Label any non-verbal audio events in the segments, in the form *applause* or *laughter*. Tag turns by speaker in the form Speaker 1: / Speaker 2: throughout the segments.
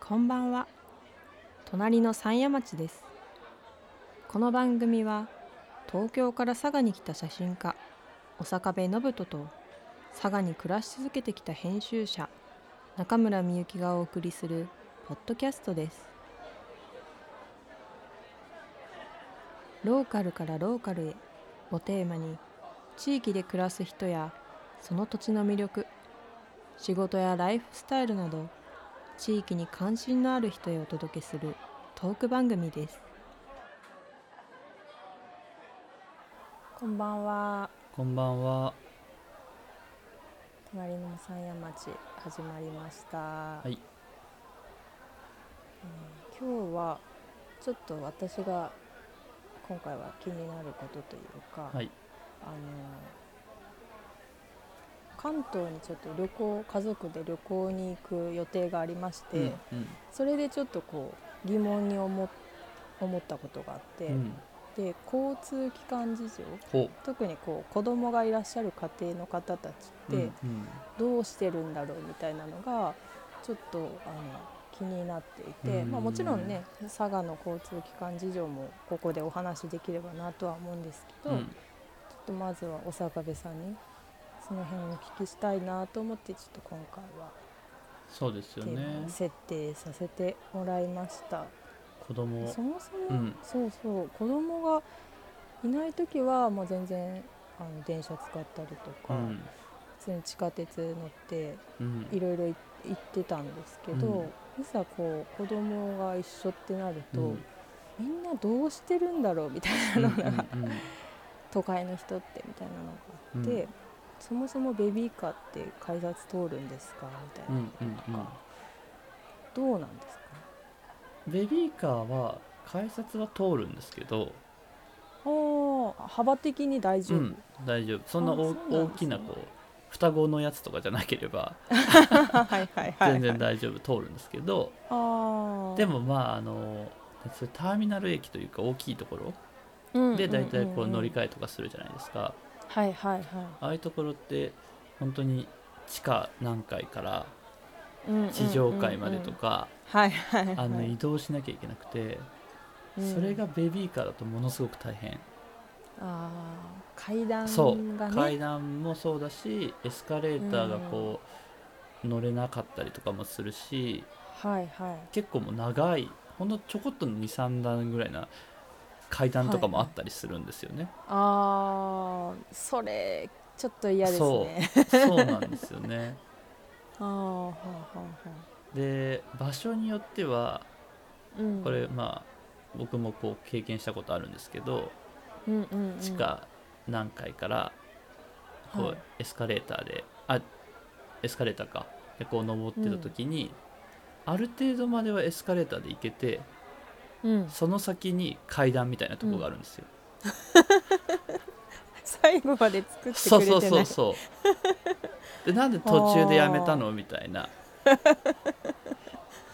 Speaker 1: こんばんは隣の山谷町ですこの番組は東京から佐賀に来た写真家小坂部信人と佐賀に暮らし続けてきた編集者中村みゆきがお送りするポッドキャストですローカルからローカルへをテーマに地域で暮らす人やその土地の魅力仕事やライフスタイルなど地域に関心のある人へお届けするトーク番組ですこんばんは
Speaker 2: こんばんは。
Speaker 1: 隣の山谷町始まりました、
Speaker 2: い
Speaker 1: えー今日はちょっと私が今回は気になることというか、
Speaker 2: はい。
Speaker 1: あの関東にちょっと旅行家族で旅行に行く予定がありまして、
Speaker 2: うん
Speaker 1: それでちょっとこう疑問に思っ思ったことがあって、
Speaker 2: うん。うん。
Speaker 1: で交通機関事情
Speaker 2: ほ
Speaker 1: 特にこう子供がいらっしゃる家庭の方たちっ
Speaker 2: う。うん
Speaker 1: てどうしてるんだろうみたいなのがちょっとあの気になっていて、
Speaker 2: うん
Speaker 1: まあ、もちろんね佐賀の交通機関事情もここでお話しできればなとは思うんですけ
Speaker 2: うん。
Speaker 1: ど、
Speaker 2: うん。
Speaker 1: ちょっとまずは小坂部さんにその辺をお聞きしたいなと思ってちょっと今回は
Speaker 2: そうですよ
Speaker 1: テーマ
Speaker 2: ね
Speaker 1: を。設定させてもらいました。
Speaker 2: 子供
Speaker 1: そ。もそも、
Speaker 2: うん
Speaker 1: そうそう子供がいない時はもう全然あの電車使ったりと
Speaker 2: う
Speaker 1: か、
Speaker 2: ん。
Speaker 1: 普通に地下鉄乗って
Speaker 2: うん。
Speaker 1: いろいろ行ってたんですけど、いざこう子供が一緒ってなると、
Speaker 2: うん
Speaker 1: みんなどうしてるんだろうみたいなのが、都会の人ってみたいなのが *laughs* あって、
Speaker 2: うん
Speaker 1: そもそもベビーカーって改札通るんですかみたい
Speaker 2: う
Speaker 1: な、
Speaker 2: ん。うん。
Speaker 1: どうなんですか
Speaker 2: ベビーカーは改札は通るんですけど、
Speaker 1: おー幅的に大丈
Speaker 2: う
Speaker 1: 夫、
Speaker 2: ん、大丈夫。そんな
Speaker 1: あそう
Speaker 2: お
Speaker 1: なんですね
Speaker 2: 大きなこう双子のやつとかじゃなければ
Speaker 1: *laughs* はいはいはい、はい、
Speaker 2: 全然大丈夫通るんですけど、
Speaker 1: あー
Speaker 2: でもまああのそれターミナル駅というか大きいところで大体こう乗り
Speaker 1: え
Speaker 2: 換えとかするじゃないですか。
Speaker 1: はいはいはい、
Speaker 2: ああいうところって本当に地下何階から
Speaker 1: うんうんうんうん
Speaker 2: 地上階までとか、
Speaker 1: はいはいはい
Speaker 2: あの移動しなきゃいけなくて、
Speaker 1: うん
Speaker 2: それがベビーカーだとものすごく大変、
Speaker 1: あー階段
Speaker 2: そう、
Speaker 1: がね
Speaker 2: 階段もそうだしエスカレーターがこう、乗れなかったりとかもするし
Speaker 1: はいはい
Speaker 2: 結構もう長いほんのちょこっとの23段ぐらいな階段とかもあったりするんですよね、
Speaker 1: あーそれちょっと嫌ですね
Speaker 2: そうなんですよね
Speaker 1: *laughs* あーはあはあは
Speaker 2: で場所によっては
Speaker 1: あうん
Speaker 2: これまあ僕もこう経験したことあるんですけど
Speaker 1: うんうんうん
Speaker 2: 地下何階からこ
Speaker 1: は
Speaker 2: う
Speaker 1: い
Speaker 2: エスカレーターで、あエスカレーターかでこう登ってた時に、ある程度まではエスカレーターで行けて
Speaker 1: うん
Speaker 2: その先に階段みたいなとこがあるんですよ、
Speaker 1: 最後まで作って
Speaker 2: そう
Speaker 1: く
Speaker 2: そ
Speaker 1: れ
Speaker 2: う
Speaker 1: て
Speaker 2: そ
Speaker 1: な
Speaker 2: う
Speaker 1: い
Speaker 2: そう *laughs* でなんで途中でやめたのみた
Speaker 1: *laughs*
Speaker 2: いな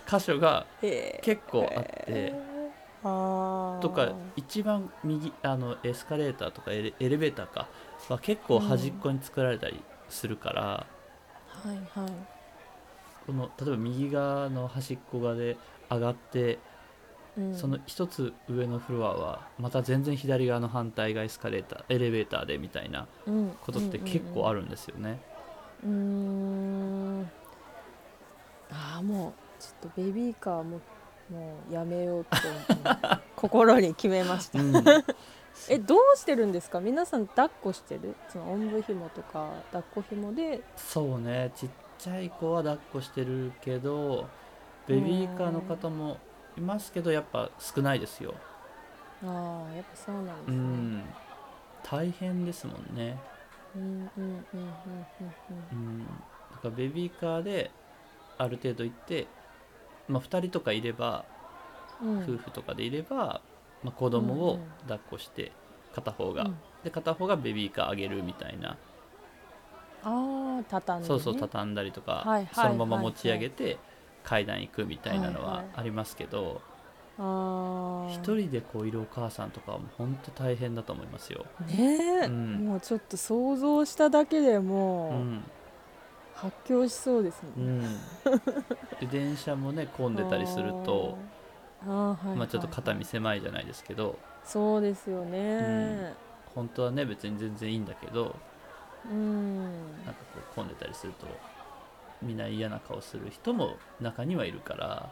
Speaker 2: 箇所が
Speaker 1: へー
Speaker 2: 結構あって、
Speaker 1: あー
Speaker 2: とか一番右あのエスカレーターとかエレエレベーターかは結構端っこに作られたりするから、
Speaker 1: はいはい
Speaker 2: この例えば右側の端っこ側で上がって、
Speaker 1: うん
Speaker 2: その一つ上のフロアはまた全然左側の反対がエスカレーターエレベーターでみたいなことって結構あ
Speaker 1: る
Speaker 2: るんですよね。
Speaker 1: うーんああもうちょっとベビーカーももうやめようって思って心に決めました
Speaker 2: うん
Speaker 1: *laughs* えどうしてるんですか皆さん抱っこしてるそのおんぶ紐とか抱っこ紐で
Speaker 2: そうねちっちゃい子は抱っこしてるけどベビーカーの方もいますけどやっぱ少ないですよ。
Speaker 1: ああやっぱそうなんで
Speaker 2: う
Speaker 1: すね
Speaker 2: ん大変ですもんね。
Speaker 1: うんうんうんうん
Speaker 2: う、
Speaker 1: うん
Speaker 2: だからベビーカーである程度行って、まあ、2人とかいれば、
Speaker 1: んうんうん
Speaker 2: 夫婦とかでいれば、まあ、子供
Speaker 1: うん
Speaker 2: を
Speaker 1: うん
Speaker 2: 抱っこして片方が、
Speaker 1: うん
Speaker 2: で片方がベビーカーあげるみたいな、
Speaker 1: ああ畳んで、ね、
Speaker 2: そうそう畳んだりとか、
Speaker 1: はいはい
Speaker 2: そのまま持ち上げて階段行くみたいなの
Speaker 1: はい
Speaker 2: は
Speaker 1: はい
Speaker 2: ありますけど、
Speaker 1: ああ
Speaker 2: 一1人でこういるお母さんとかはもう本当大変だと思いますよ。
Speaker 1: ねえ、
Speaker 2: うん
Speaker 1: もうちょっと想像しただけで
Speaker 2: う
Speaker 1: もう、
Speaker 2: ん
Speaker 1: 発狂しそうですね、
Speaker 2: うん、 *laughs* で電車もね混んでたりすると
Speaker 1: あーあーはい
Speaker 2: まあ、ちょっと肩身
Speaker 1: せ
Speaker 2: 狭いじゃないですけど
Speaker 1: そうですよね
Speaker 2: 本当はね別に全然いいんだけど
Speaker 1: うん、
Speaker 2: なんかこう混んでたりするとみんな嫌な顔する人も中にはいるから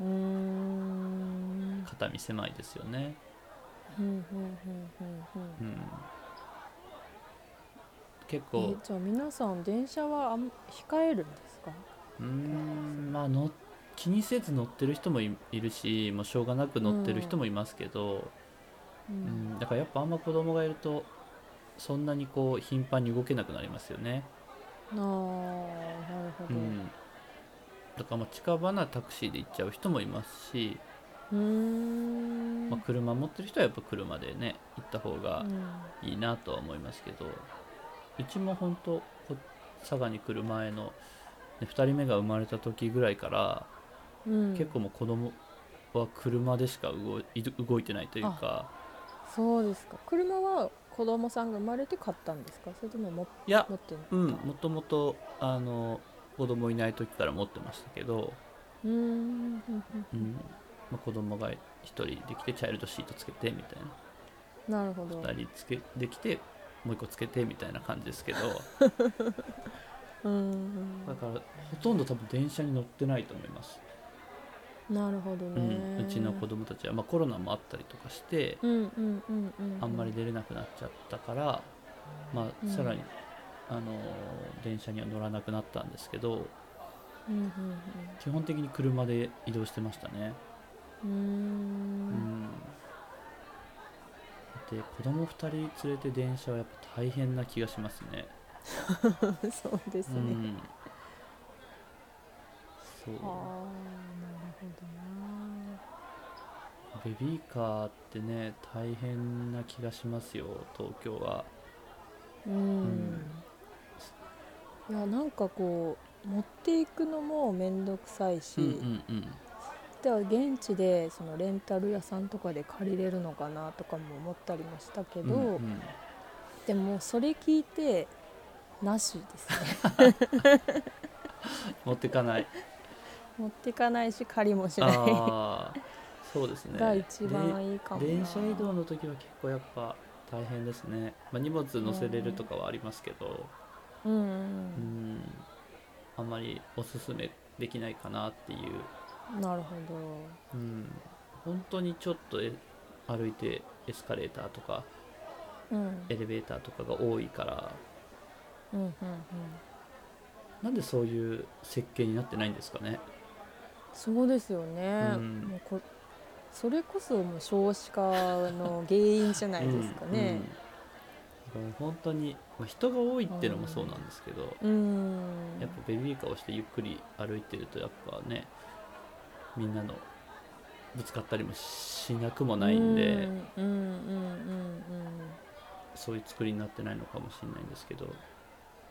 Speaker 1: うーん
Speaker 2: 肩身狭いですよね。
Speaker 1: ふんふんふんふんふん
Speaker 2: うん、結
Speaker 1: え
Speaker 2: 構
Speaker 1: じゃあ皆さん電車はあん控えるんですか
Speaker 2: うーんまあの気にせず乗ってる人もいいるしもうしょうがなく乗ってる人もいますけど、
Speaker 1: う
Speaker 2: うん
Speaker 1: ん、
Speaker 2: だからやっぱあんま子供がいるとそんなにこう頻繁に動けなくなりますよね。
Speaker 1: あーなるほ
Speaker 2: う、
Speaker 1: どうん
Speaker 2: だからまあ近場なタクシーで行っちゃう人もいますし、
Speaker 1: ーん
Speaker 2: まあ、車持ってる人はやっぱ車でね行った方が
Speaker 1: うん
Speaker 2: いいなとは思いますけどうちも本当こ佐賀に来る前の、ね、2人目が生まれた時ぐらいから、
Speaker 1: うん
Speaker 2: 結構もう子供は車でしか動い動いてないというか
Speaker 1: そうですか車は子供さんが生まれて買ったんですかそれともも
Speaker 2: いや
Speaker 1: 持ってなかった
Speaker 2: うんもともとあの子供いない時から持ってましたけど、
Speaker 1: うーんふんふん
Speaker 2: うんまあ、子供が1人できてチャイルドシートつけてみたいな。
Speaker 1: なるほど
Speaker 2: 2人つけできてもう1個つけてみたいな感じですけど
Speaker 1: うんうん
Speaker 2: だからほとんど多分電車に乗ってないと思います、
Speaker 1: なるほど
Speaker 2: う
Speaker 1: ね
Speaker 2: ん、うちの子供たちは、まあ、コロナもあったりとかして
Speaker 1: うんうんうんうん
Speaker 2: あんまり出れなくなっちゃったから、ま
Speaker 1: う
Speaker 2: あ、
Speaker 1: ん
Speaker 2: さらに、あのー電車には乗らなくなったんですけど
Speaker 1: うんうん
Speaker 2: 基本的に車で移動してましたね、
Speaker 1: うんうー
Speaker 2: うんん、で子供2人連れて電車はやっぱ大変な気がしますね
Speaker 1: そうです
Speaker 2: う
Speaker 1: ね
Speaker 2: んそう
Speaker 1: ああなるほどな
Speaker 2: ベビーカーってね大変な気がしますよ東京は
Speaker 1: うんいやなんかこう持っていくのも面倒くさいし、
Speaker 2: うんうんうん
Speaker 1: では現地でそのレンタル屋さんとかで借りれるのかなとかも思ったりもしたけど、
Speaker 2: うんうん
Speaker 1: でもそれ聞いてなしです
Speaker 2: *laughs*
Speaker 1: ね
Speaker 2: 持ってかない
Speaker 1: 持ってかないし借りもしない
Speaker 2: ああそうですね
Speaker 1: が一番いいかもな
Speaker 2: で電車移動の時は結構やっぱ大変ですね、まあ、荷物載せれるとかはありますけど
Speaker 1: うんう
Speaker 2: うんんあんまりおすすめできないかなっていう
Speaker 1: うんなるほど
Speaker 2: うん本当にちょっとえ歩いてエスカレーターとか
Speaker 1: うん
Speaker 2: エレベーターとかが多いから
Speaker 1: うんうんうん
Speaker 2: なんでそういう設計になってないんですかね。
Speaker 1: そうですよね、
Speaker 2: うん
Speaker 1: もうこそれこそもう少子化の原因じゃないですかね
Speaker 2: うんうんだから本当に、まあ、人が多いってのもそうなんですけど、
Speaker 1: うん、
Speaker 2: やっぱベビーカーをしてゆっくり歩いてるとやっぱねみんなのぶつかったりもしなくもないんで、
Speaker 1: うんうんうん
Speaker 2: そういう作りになってないのかもしれないんですけど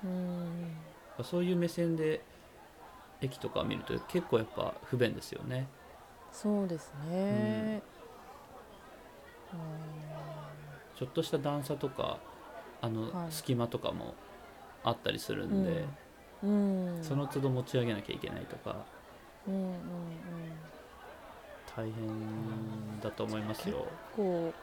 Speaker 1: うんうん
Speaker 2: そういう目線で駅とか見ると結構やっぱ不便ですよね。
Speaker 1: そうですね。
Speaker 2: ちょっとした段差とかあ
Speaker 1: は
Speaker 2: の
Speaker 1: い
Speaker 2: 隙間とかもあったりするんで、
Speaker 1: うん。うん
Speaker 2: その都度持ち上げなきゃいけないとか
Speaker 1: うんうんうん。
Speaker 2: 大変だと思いますよ。
Speaker 1: こ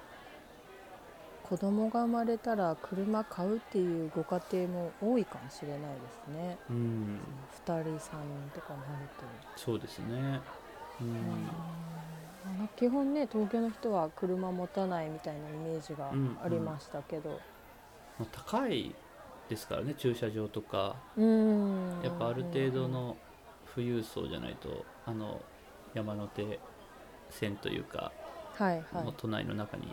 Speaker 1: う子供が生まれたら車買うっていうご家庭も多いかもしれないですね。
Speaker 2: うん、
Speaker 1: 2人3人とかになる
Speaker 2: そうですね。う
Speaker 1: と、
Speaker 2: ん、
Speaker 1: あの基本ね東京の人は車持たないみたいなイメージが
Speaker 2: うん
Speaker 1: ありましたけど、
Speaker 2: まあ高いですからね駐車場とか
Speaker 1: うん
Speaker 2: やっぱある程度の富裕層じゃないとあの山手線というか、
Speaker 1: はいはい
Speaker 2: もう都内の中に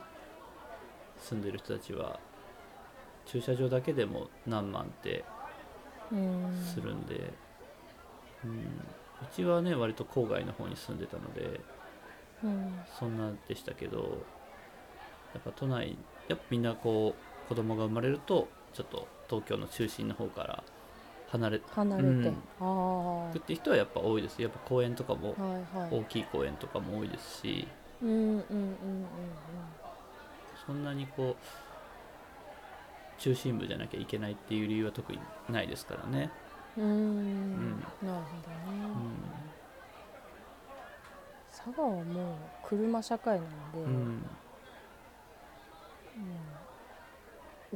Speaker 2: 住んでる人たちは駐車場だけでも何万って
Speaker 1: うん
Speaker 2: するんで、うん、うちはね割と郊外の方に住んでたので
Speaker 1: うん
Speaker 2: そんなでしたけどやっぱ都内やっぱみんなこう子供が生まれるとちょっと東京の中心の方から離れて
Speaker 1: 離れて、
Speaker 2: うん
Speaker 1: ああ
Speaker 2: って人はやっぱ多いですやっぱ公園とかも
Speaker 1: はいはい
Speaker 2: 大きい公園とかも多いですし
Speaker 1: うんうんうん
Speaker 2: そんなにこう中心部じゃなきゃいけないっていう理由は特にないですからね。
Speaker 1: うんうーんなるほどね、
Speaker 2: う
Speaker 1: 佐賀はもう車社会なんで、
Speaker 2: ん、うん
Speaker 1: うん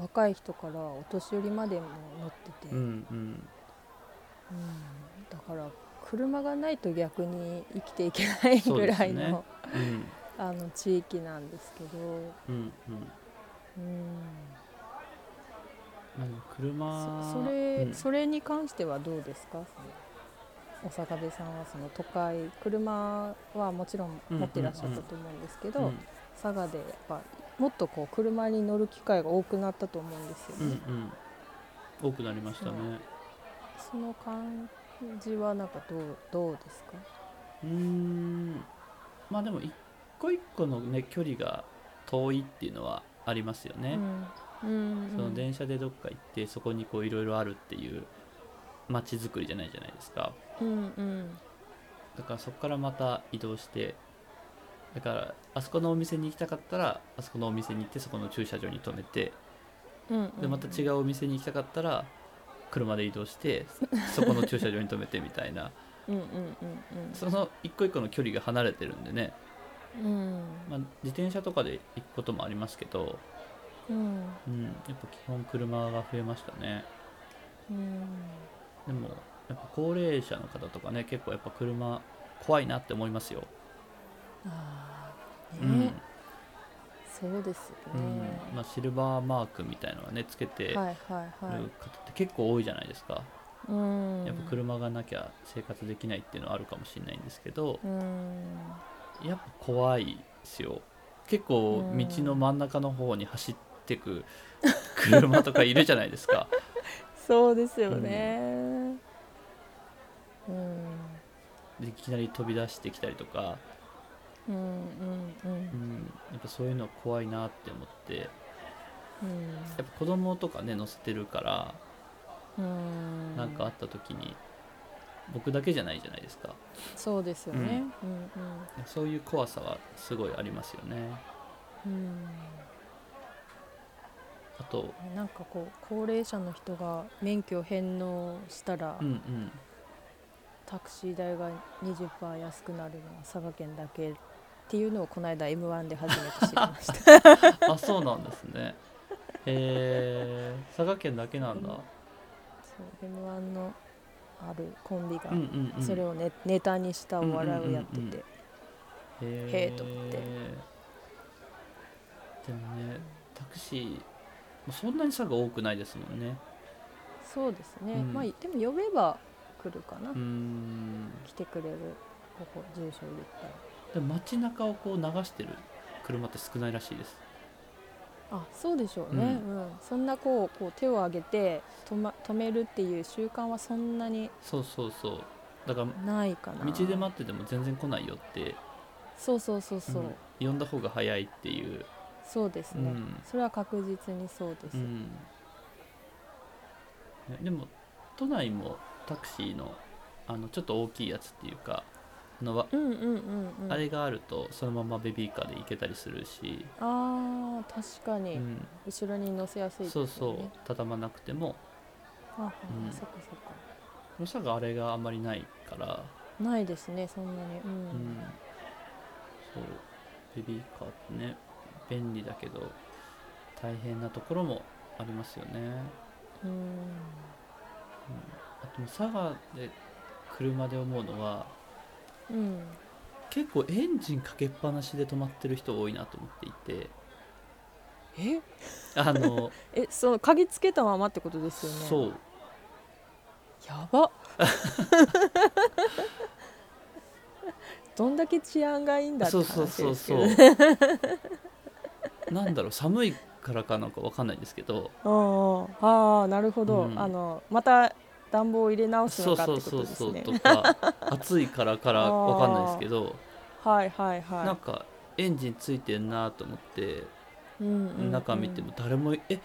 Speaker 1: 若い人からお年寄りまでも乗ってて、
Speaker 2: うんうん
Speaker 1: うんだから車がないと逆に生きていけないぐらいの,、
Speaker 2: そううん
Speaker 1: あの地域なんですけど、
Speaker 2: うん
Speaker 1: うん、
Speaker 2: うんうん車
Speaker 1: そそれ、
Speaker 2: うん
Speaker 1: それに関してはどうですかその小坂部さんはその都会車はもちろん持ってらっしゃったと思うんですけど、
Speaker 2: うん
Speaker 1: 佐賀でやっぱもっとこう車に乗る機会が多くなったと思うんですよ
Speaker 2: うん
Speaker 1: ね、
Speaker 2: うん多くなりましたね
Speaker 1: その感じはなんかどうどうですか
Speaker 2: うーんまあでも一個一個のね距離が遠いっていうのはありますよね、
Speaker 1: うん
Speaker 2: その電車でどっか行ってそこにこういろいろあるっていう街づくりじゃないじゃないですか
Speaker 1: うんうん
Speaker 2: だからそこからまた移動してだからあそこのお店に行きたかったらあそこのお店に行ってそこの駐車場に停めて
Speaker 1: うんうん
Speaker 2: でまた違うお店に行きたかったら車で移動してそこの駐車場に停めてみたいな
Speaker 1: うんうんうん
Speaker 2: その一個一個の距離が離れてるんでね、
Speaker 1: うんうん
Speaker 2: まあ、自転車とかで行くこともありますけど、
Speaker 1: うん
Speaker 2: うん、やっぱ基本車が増えましたね
Speaker 1: うん
Speaker 2: でもやっぱ高齢者の方とかね結構やっぱ車怖いなって思いますよ、
Speaker 1: あー
Speaker 2: う
Speaker 1: ね、
Speaker 2: ん
Speaker 1: そうですよ
Speaker 2: う
Speaker 1: ね、
Speaker 2: んまあ、シルバーマークみたいのはねつけてる方っ
Speaker 1: はいはいはい、
Speaker 2: て結構多いじゃないですか、
Speaker 1: うん
Speaker 2: やっぱ車がなきゃ生活できないっていうのはあるかもしれないんですけど、
Speaker 1: うん
Speaker 2: やっぱ怖いですよ結構
Speaker 1: うん
Speaker 2: 道の真ん中の方に走って
Speaker 1: *laughs*
Speaker 2: く車とかいるじゃないですか
Speaker 1: そうですよねうん
Speaker 2: でいきなり飛び出してきたりとか、
Speaker 1: うんうんう
Speaker 2: うんん、やっぱそういうの怖いなって思ってやっ
Speaker 1: うん
Speaker 2: ぱ子供とかね乗せてるから
Speaker 1: うん
Speaker 2: 何かあった時に僕だけじゃないじゃないですか
Speaker 1: そうですよね、うん
Speaker 2: そういう怖さはすごいありますよね
Speaker 1: うん
Speaker 2: あと
Speaker 1: うん、なんかこう高齢者の人が免許を返納したら、
Speaker 2: うんうん
Speaker 1: タクシー代が20%安くなるのは佐賀県だけっていうのをこの間 m 1で初めて知りま *laughs* した
Speaker 2: あそうなんですねえー、佐賀県だけなんだ
Speaker 1: そう m 1のあるコンビが
Speaker 2: うんうんうん
Speaker 1: それをネ,、ネタにしたお笑いをやってて、
Speaker 2: うんうんうんうん
Speaker 1: へーと思って
Speaker 2: でもねタクシーまあそんなに差が多くないですもんね
Speaker 1: そうですね、
Speaker 2: うん
Speaker 1: まあでも呼べば来るかな、
Speaker 2: うーん
Speaker 1: 来てくれるここ住所入れたら
Speaker 2: でも街中をこう流してる車って少ないらしいです
Speaker 1: あそうでしょうね、
Speaker 2: う
Speaker 1: うんそんなこうこう手を挙げて止,、ま、止めるっていう習慣はそんなに
Speaker 2: そうそうそうだか
Speaker 1: ないからな
Speaker 2: 道で待ってても全然来ないよって、
Speaker 1: そうそうそうそう、
Speaker 2: うん呼んだ方が早いっていう、
Speaker 1: そうですね、
Speaker 2: うん
Speaker 1: それは確実にそうです、
Speaker 2: うんねでも都内もタクシーのあのちょっと大きいやつっていうかあのわ
Speaker 1: うん、うんうんうん
Speaker 2: あれがあるとそのままベビーカーで行けたりするし、
Speaker 1: あー確かに、
Speaker 2: うん、
Speaker 1: 後ろに乗せやすいです
Speaker 2: そ
Speaker 1: よ
Speaker 2: う
Speaker 1: ね
Speaker 2: そう畳まなくても
Speaker 1: あはあ
Speaker 2: うん
Speaker 1: そっかそっか
Speaker 2: そしたらあれがあんまりないから、
Speaker 1: ないですねそんなにう
Speaker 2: うん
Speaker 1: ん、
Speaker 2: そうベビーカーってね便利だけど大変なところもありますよね、うん、
Speaker 1: うん、
Speaker 2: あともう佐賀で車で思うのは
Speaker 1: うん、
Speaker 2: 結構エンジンかけっぱなしで止まってる人多いなと思っていて
Speaker 1: え
Speaker 2: あの
Speaker 1: えその鍵つけたままってことですよね
Speaker 2: そう
Speaker 1: やばどんだけ治安がいいんだって
Speaker 2: そう
Speaker 1: 話
Speaker 2: そう
Speaker 1: ですけど
Speaker 2: そうそうなんだろう寒いからかなんかわかんないですけど
Speaker 1: ああああなるほど、
Speaker 2: うん
Speaker 1: あのまた暖房を入れ直す
Speaker 2: そ
Speaker 1: の
Speaker 2: う
Speaker 1: かって
Speaker 2: そう
Speaker 1: こ
Speaker 2: そ
Speaker 1: と
Speaker 2: う
Speaker 1: で
Speaker 2: そ
Speaker 1: す
Speaker 2: う
Speaker 1: ね
Speaker 2: とか暑いからからわかんないですけど
Speaker 1: はいはい
Speaker 2: なん
Speaker 1: は
Speaker 2: かエンジンついてんなと思って
Speaker 1: い、うんうんうん
Speaker 2: 中見ても誰もいえ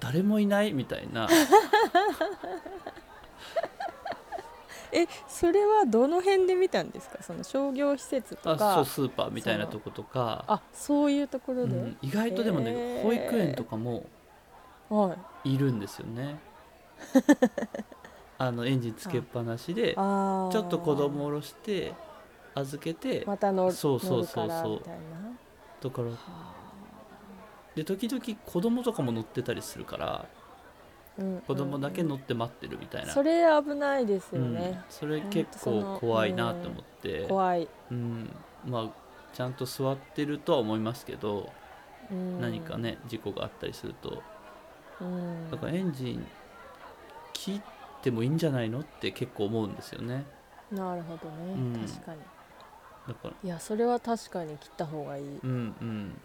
Speaker 2: 誰もいないみたいな
Speaker 1: えそれはどの辺で見たんですかその商業施設 *laughs* と
Speaker 2: あそ
Speaker 1: か
Speaker 2: うスーパーみたいなとことか、
Speaker 1: あそういうところ
Speaker 2: う
Speaker 1: で、
Speaker 2: ん、意外とでもね
Speaker 1: へー
Speaker 2: 保育園とかも
Speaker 1: はい *laughs*
Speaker 2: いるんですよねあのエンジンつけっぱなしで
Speaker 1: あー
Speaker 2: ちょっと子供を下ろして預けて
Speaker 1: また乗る
Speaker 2: そうそうそ
Speaker 1: 乗る
Speaker 2: うそう
Speaker 1: からみたいな
Speaker 2: だから
Speaker 1: は
Speaker 2: で時々子供とかも乗ってたりするから
Speaker 1: あうん
Speaker 2: 子供だけ
Speaker 1: うん
Speaker 2: 乗って待ってるみたいな、
Speaker 1: それ危ないですよ
Speaker 2: うん
Speaker 1: ね、、
Speaker 2: それ結構怖いなと思って、
Speaker 1: 怖い、
Speaker 2: うん、まあちゃんと座ってるとは思いますけど、
Speaker 1: うん、
Speaker 2: 何かね事故があったりすると
Speaker 1: うん
Speaker 2: だからエンジン切ってもいいんじゃないのって結構思うんですよね
Speaker 1: なるほどね、
Speaker 2: うん
Speaker 1: 確かに
Speaker 2: だから
Speaker 1: いやそれは確かに切った方がいい、
Speaker 2: うんうん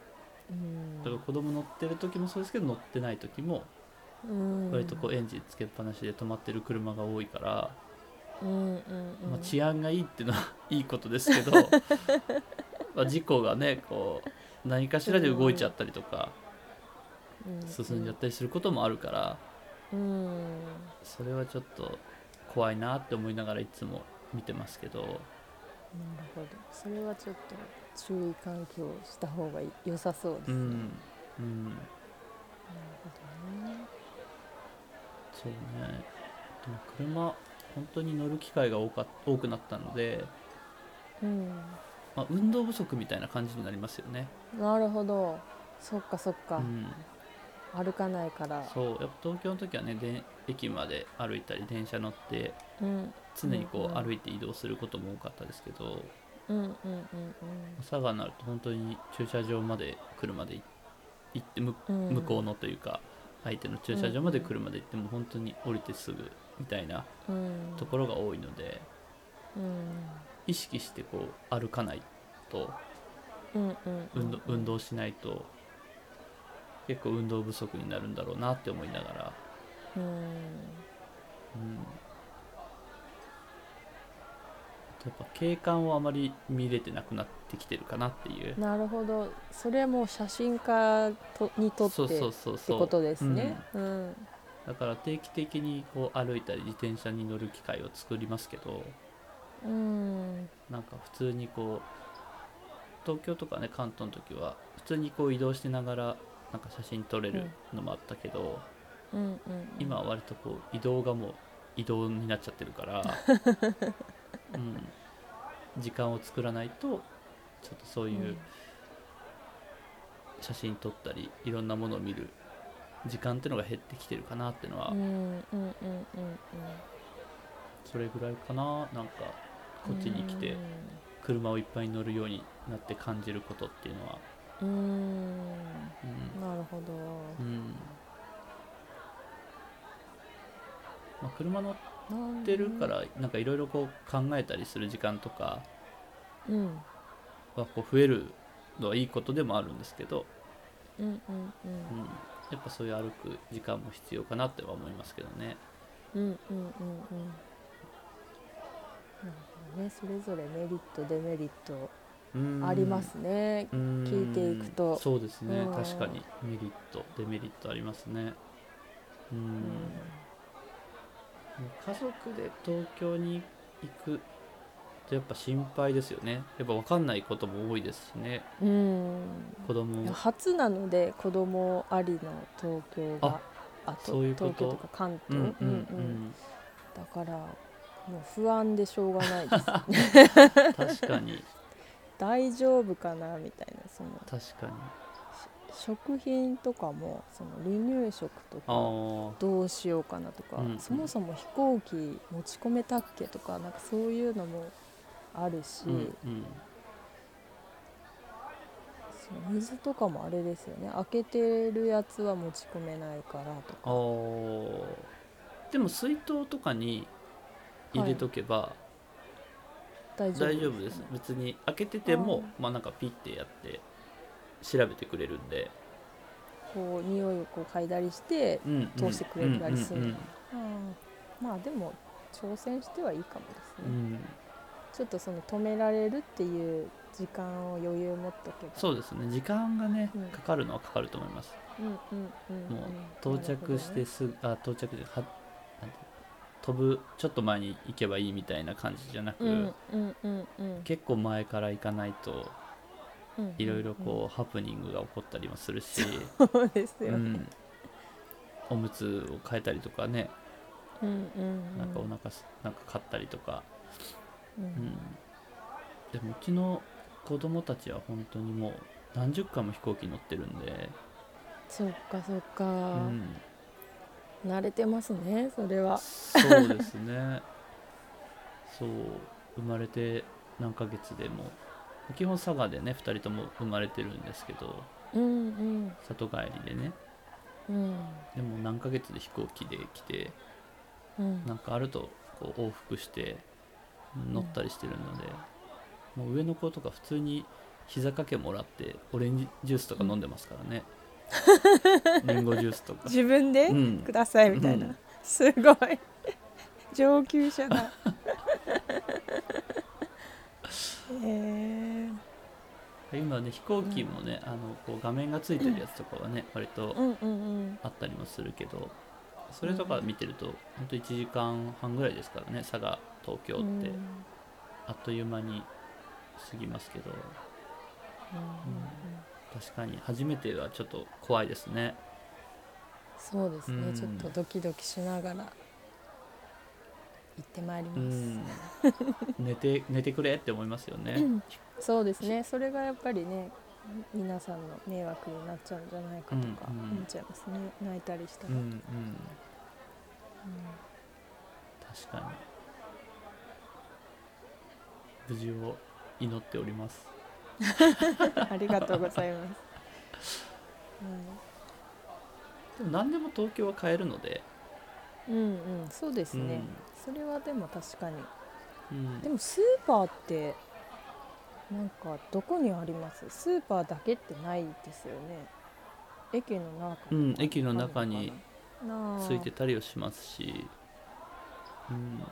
Speaker 1: うん
Speaker 2: だから子供乗ってる時もそうですけど乗ってない時も
Speaker 1: うん、
Speaker 2: 割とこうエンジンつけっぱなしで止まってる車が多いから、
Speaker 1: うんうんうん
Speaker 2: まあ、治安がいいっていうのは *laughs* いいことですけど
Speaker 1: *laughs*
Speaker 2: まあ事故がねこう何かしらで動いちゃったりとか進んじゃったりすることもあるから
Speaker 1: うん
Speaker 2: それはちょっと怖いなって思いながらいつも見てますけど
Speaker 1: なるほどそれはちょっと注意喚起をした方が良さそうですね、
Speaker 2: うんうん
Speaker 1: なるほどね
Speaker 2: そうねでも車本当に乗る機会が多か多くなったので、
Speaker 1: うん
Speaker 2: まあ、運動不足みたいな感じになりますよね、
Speaker 1: なるほどそっかそっ
Speaker 2: う
Speaker 1: か、
Speaker 2: ん、
Speaker 1: 歩かないから
Speaker 2: そうやっぱ東京の時はねで駅まで歩いたり電車乗って
Speaker 1: うん
Speaker 2: 常にこ
Speaker 1: うんう
Speaker 2: うん歩いて移動することも多かったですけど
Speaker 1: うんうんうん
Speaker 2: 佐賀になると本当に駐車場まで車で行って向
Speaker 1: うんうん
Speaker 2: 向こうのというか相手の駐車場まで車で行っても本当に降りてすぐみたいな
Speaker 1: うん
Speaker 2: ところが多いので
Speaker 1: うん
Speaker 2: 意識してこう歩かないと
Speaker 1: うんうん
Speaker 2: 運動運
Speaker 1: 動
Speaker 2: 動しないと結構運動不足になるんだろうなって思いながら、
Speaker 1: うん
Speaker 2: うん、あとやっぱ景観をあまり見れてなくなってきてるかなっていう
Speaker 1: なるほどそれはもう写真家とにとって
Speaker 2: そうそう
Speaker 1: っ
Speaker 2: そう
Speaker 1: て
Speaker 2: そう
Speaker 1: ことですね
Speaker 2: うん
Speaker 1: うん
Speaker 2: だから定期的にこう歩いたり自転車に乗る機会を作りますけど
Speaker 1: うん
Speaker 2: なんか普通にこう東京とかね関東の時は普通にこう移動しながらなんか写真撮れるのもあったけど、
Speaker 1: うんうんうん
Speaker 2: 今は割とこう移動がもう移動になっちゃってる *laughs* から、うん、時間を作らないとちょっとそういう写真撮ったりいろんなものを見る時間っていうのが減ってきてるかなっていうのは、
Speaker 1: うんうんうんうんうん
Speaker 2: それぐらいかななんかこっちに来て車をいっぱい乗るようになって感じることっていうのは。
Speaker 1: うんうん
Speaker 2: うん
Speaker 1: なるほど
Speaker 2: うんまあ、車乗っ
Speaker 1: なん
Speaker 2: てるからなんかいろいろこう考えたりする時間とか
Speaker 1: うん
Speaker 2: はこう増えるのはいいことでもあるんですけど、
Speaker 1: うんうんう
Speaker 2: うんん、やっぱそういう歩く時間も必要かなっては思いますけどね。
Speaker 1: うんうんうんうんなるほどねそれぞれメリットデメリット
Speaker 2: うん
Speaker 1: ありますね
Speaker 2: うん
Speaker 1: 聞いていくと
Speaker 2: そうですね
Speaker 1: うん
Speaker 2: 確かにメリットデメリットありますね。うん
Speaker 1: うん
Speaker 2: 家族で東京に行くとやっぱ心配ですよねやっぱ分かんないことも多いですしね
Speaker 1: うん
Speaker 2: 子供も
Speaker 1: 初なので子供ありの東京があと
Speaker 2: そういうこと
Speaker 1: 東京とか関
Speaker 2: うん
Speaker 1: 東、
Speaker 2: うんうん
Speaker 1: だからもう不安でしょうがないです
Speaker 2: 確かに
Speaker 1: 大丈夫かなみたいなその
Speaker 2: 確かに
Speaker 1: 食品とかもその離乳食とか
Speaker 2: あー
Speaker 1: どうしようかなとか、
Speaker 2: うん
Speaker 1: そもそも飛行機持ち込めたっけとかなんかそういうのもあるし、
Speaker 2: うんうん
Speaker 1: その水とかもあれですよね開けてるやつは持ち込めないからと
Speaker 2: あ
Speaker 1: か
Speaker 2: ーでも水筒とかに入れとけば
Speaker 1: 大
Speaker 2: 大丈夫です,、
Speaker 1: かね
Speaker 2: 別に開けてても
Speaker 1: あ
Speaker 2: まあなんかピッてやって調べてくれるんで、
Speaker 1: こう匂いをこう嗅いだりして
Speaker 2: うんうん
Speaker 1: 通してくれたりする
Speaker 2: うんう
Speaker 1: の
Speaker 2: ん
Speaker 1: うんまあでも挑戦してはいいかもですね、
Speaker 2: うんうん
Speaker 1: ちょっとその止められるっていう時間を余裕持っとけば
Speaker 2: そうですね時間がね
Speaker 1: うん
Speaker 2: かかるのはかかると思います
Speaker 1: うんうんうんうん
Speaker 2: もう到着してすぐ、あ到着ではなんて飛ぶちょっと前に行けばいいみたいな感じじゃなく、
Speaker 1: うんうんうんうん
Speaker 2: 結構前から行かないと
Speaker 1: うん
Speaker 2: いろいろこうハプニングが起こったりもするし、
Speaker 1: *laughs* うんそうです
Speaker 2: う
Speaker 1: よね
Speaker 2: ん、おむつを変えたりとかね
Speaker 1: うんうん
Speaker 2: なんかお
Speaker 1: うん
Speaker 2: 腹すなんか買ったりとか、
Speaker 1: う
Speaker 2: うんん、でもうちの子供たちは本当にもう何十回も飛行機に乗ってるんで、
Speaker 1: そっかそっか、
Speaker 2: うん、
Speaker 1: 慣れてますねそれは
Speaker 2: そうですね *laughs* そう生まれて何ヶ月でも基本佐賀でね2人とも生まれてるんですけど
Speaker 1: うんうん
Speaker 2: 里帰りでね
Speaker 1: うん
Speaker 2: でも何ヶ月で飛行機で来て
Speaker 1: うん
Speaker 2: なんかあるとこう往復して乗ったりしてるので、もう上の子とか普通に膝掛けもらってオレンジジュースとか飲んでますから
Speaker 1: *laughs*
Speaker 2: ね、リンゴジュースとか
Speaker 1: 自分で
Speaker 2: うん
Speaker 1: くださいみたいな、
Speaker 2: うん
Speaker 1: すごい *laughs* 上級者
Speaker 2: *laughs*
Speaker 1: だへえ
Speaker 2: 今ね飛行機もね、あのこう画面がついてるやつとかはね割と
Speaker 1: うんうん
Speaker 2: あったりもするけどそれとか見てるとほんと1時間半ぐらいですからね佐賀東京
Speaker 1: う
Speaker 2: っ
Speaker 1: んうん
Speaker 2: てあっという間に過ぎますけど確かに初めてはちょっと怖いですね
Speaker 1: そうですね、
Speaker 2: うん
Speaker 1: ちょっとドキドキしながら行ってまいり
Speaker 2: う
Speaker 1: ます、
Speaker 2: ん寝て寝てくれって思いますよね
Speaker 1: そうですねそれがやっぱりね皆さんの迷惑になっちゃうんじゃないかとか
Speaker 2: うんうん
Speaker 1: 思っちゃいますね、泣いたりした
Speaker 2: う
Speaker 1: ら、
Speaker 2: んう
Speaker 1: うん
Speaker 2: ん確かに無事を祈っております
Speaker 1: ありがとうございます、
Speaker 2: でも何でも東京は買えるので、
Speaker 1: うん、うんうんそうです
Speaker 2: う
Speaker 1: ね、
Speaker 2: ん
Speaker 1: それはでも確かに
Speaker 2: うん
Speaker 1: でもスーパーってなんかどこにありますスーパーだけってないですよね駅の中とか
Speaker 2: うん駅の中に
Speaker 1: あるのかな
Speaker 2: ついてたりをしますし、うんま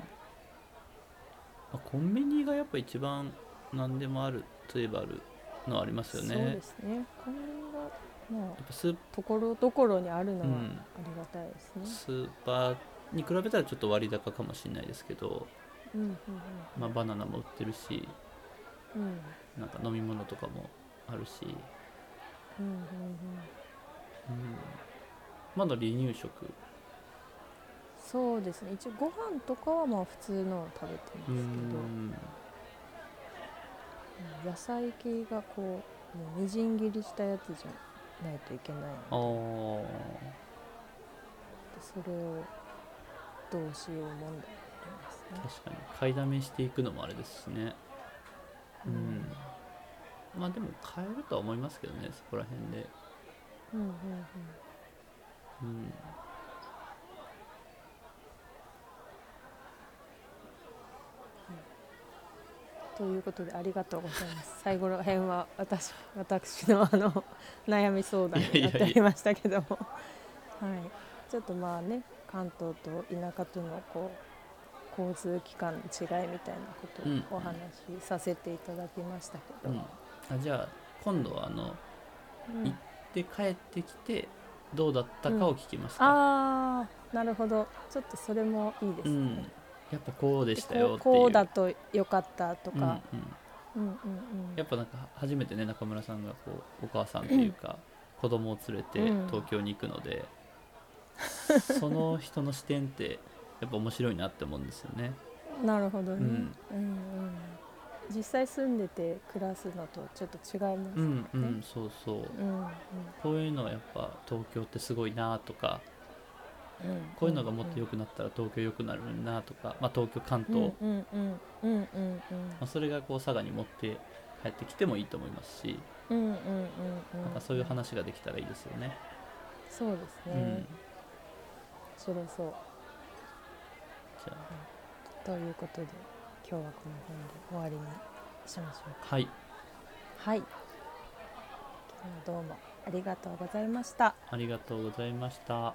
Speaker 2: あ、コンビニがやっぱ一番何でもあるといえばあるのはありますよね
Speaker 1: そう
Speaker 2: や
Speaker 1: で
Speaker 2: っ
Speaker 1: すねコンビニがまあ
Speaker 2: ぱスー
Speaker 1: ところどころにあるの
Speaker 2: う
Speaker 1: は
Speaker 2: ん
Speaker 1: ありがたいですね、
Speaker 2: スーパーに比べたらちょっと割高かもしれないですけど、
Speaker 1: うんうん
Speaker 2: まあ、バナナも売ってるし
Speaker 1: うんうん
Speaker 2: なんか飲み物とかもあるし、
Speaker 1: うんうん
Speaker 2: うん、まだ離乳食、
Speaker 1: そうですね一応ご飯とかはまあ普通のを食べてますけ
Speaker 2: う
Speaker 1: ど、
Speaker 2: ん
Speaker 1: 野菜系がこうもうみじん切りしたやつじゃないといけない
Speaker 2: あ
Speaker 1: の
Speaker 2: ー
Speaker 1: でそれをどうしようもんだりますね
Speaker 2: 確かに買いだめしていくのもあれですしねう
Speaker 1: うん
Speaker 2: ん、まあでも買えるとは思いますけどねそこら辺で、
Speaker 1: うんうん
Speaker 2: うん、
Speaker 1: ということでありがとうございます最後ら辺は私私のあの悩み相談になっておりましたけどもはい、ちょっとまあね関東と田舎とのこう交通機関の違いみたいなこと
Speaker 2: うん
Speaker 1: をお話しさせていただきましたけど、
Speaker 2: うん、あじゃあ今度はあの
Speaker 1: うん
Speaker 2: いで帰ってきてどうだったかを聞きますか、
Speaker 1: ああなるほどちょっとそれもいいです
Speaker 2: うん
Speaker 1: ね、
Speaker 2: やっぱこうでした
Speaker 1: でこ
Speaker 2: よ
Speaker 1: う
Speaker 2: っていう
Speaker 1: こうだと良かったと
Speaker 2: うんうん
Speaker 1: か、、うん、うんうん
Speaker 2: やっぱなんか初めてね中村さんがこうお母さんっていうか子供を連れて
Speaker 1: うん
Speaker 2: 東京に行くので、その人の視点ってやっぱ面白いなって思うんですよね。
Speaker 1: なるほどね、
Speaker 2: うん
Speaker 1: うんうん実際住んでて暮らすのとちょっと違います
Speaker 2: う
Speaker 1: ね
Speaker 2: んうん、そうそう
Speaker 1: うんうん
Speaker 2: こういうのはやっぱ東京ってすごいなとか
Speaker 1: うん
Speaker 2: こういうのがもっと良くなったら東京良くなるなとか、まあ、東京関東、ま
Speaker 1: うんうんうんうん
Speaker 2: あ、それがこう佐賀に持って帰ってきてもいいと思いますし
Speaker 1: うんうんうんうんうん
Speaker 2: なんかそういう話ができたらいいですよね。
Speaker 1: そうです
Speaker 2: う
Speaker 1: ね、
Speaker 2: ん、
Speaker 1: 面白そう
Speaker 2: じゃあ
Speaker 1: ということで今日はこの辺で終わりにしましょう
Speaker 2: はい
Speaker 1: かはい今日はどうもありがとうございました
Speaker 2: ありがとうございました。